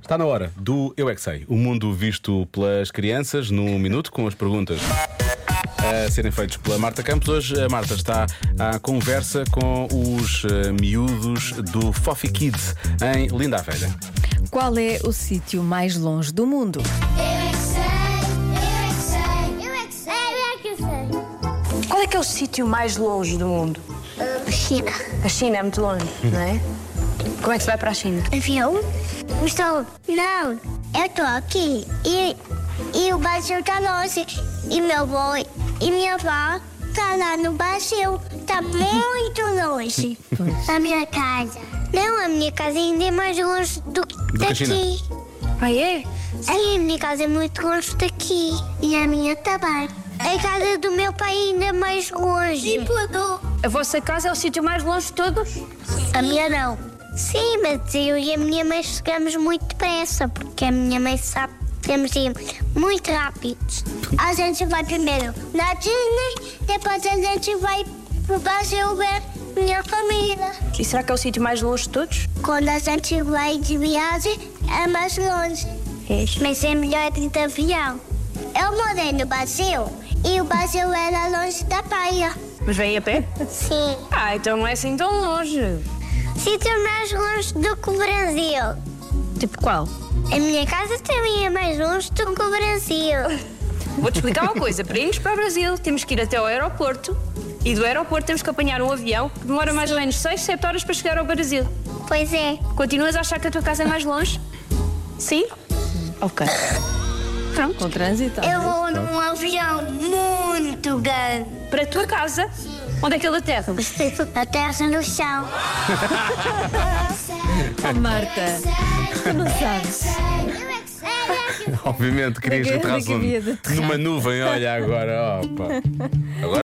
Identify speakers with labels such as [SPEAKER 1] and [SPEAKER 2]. [SPEAKER 1] Está na hora do Eu É Que Sei, o mundo visto pelas crianças num minuto com as perguntas a serem feitos pela Marta Campos. Hoje a Marta está à conversa com os eh, miúdos do Fofi Kids em Linda a Velha.
[SPEAKER 2] Qual é o sítio mais longe do mundo?
[SPEAKER 3] Eu é que sei, eu é que sei, eu é que sei, eu é que sei.
[SPEAKER 4] Qual é que é o sítio mais longe do mundo?
[SPEAKER 3] China.
[SPEAKER 4] A China é muito longe, não é? Como é que se vai para a China?
[SPEAKER 3] Avião? Estou. Não, eu estou aqui. E, e o Brasil está longe. E meu avô e minha avó tá lá no Brasil. Está muito longe. A minha casa. Não, a minha casa ainda é mais longe do que
[SPEAKER 1] que a China?
[SPEAKER 3] daqui.
[SPEAKER 4] Ah, é?
[SPEAKER 3] Sim, a minha casa é muito longe daqui. E a minha também. A casa do meu pai ainda é mais longe.
[SPEAKER 4] A vossa casa é o sítio mais longe de todos?
[SPEAKER 3] A minha não. Sim, mas eu e a minha mãe chegamos muito depressa, porque a minha mãe sabe que temos de ir muito rápidos. A gente vai primeiro na Disney, depois a gente vai pro Brasil ver minha família.
[SPEAKER 4] E será que é o sítio mais longe de todos?
[SPEAKER 3] Quando a gente vai de viagem, é mais longe. Mas é melhor ir de avião. Eu morei no Brasil e o Brasil era longe da praia.
[SPEAKER 4] Mas vem a pé?
[SPEAKER 3] Sim.
[SPEAKER 4] Ah, então não é assim tão longe.
[SPEAKER 3] Sítio mais longe do que o Brasil.
[SPEAKER 4] Tipo qual?
[SPEAKER 3] A minha casa também é mais longe do que o Brasil.
[SPEAKER 4] Vou-te explicar uma coisa. Para irmos para o Brasil, temos que ir até ao aeroporto. E do aeroporto temos que apanhar um avião que demora mais ou menos 6, 7 horas para chegar ao Brasil.
[SPEAKER 3] Pois é.
[SPEAKER 4] Continuas a achar que a tua casa é mais longe? Sim?
[SPEAKER 2] Ok.
[SPEAKER 4] Pronto.
[SPEAKER 2] Com trânsito?
[SPEAKER 3] Eu vou num avião muito grande.
[SPEAKER 4] Para a tua casa, onde é que ele aterra?
[SPEAKER 3] A terra no chão.
[SPEAKER 2] Oh, Marta, tu não sabes.
[SPEAKER 3] é
[SPEAKER 1] Obviamente, querias
[SPEAKER 3] né?
[SPEAKER 2] Ninguém-
[SPEAKER 1] aterrar-se
[SPEAKER 2] ninguém
[SPEAKER 1] onde?
[SPEAKER 2] ia aterrar.
[SPEAKER 1] numa nuvem, olha agora. Opa. Agora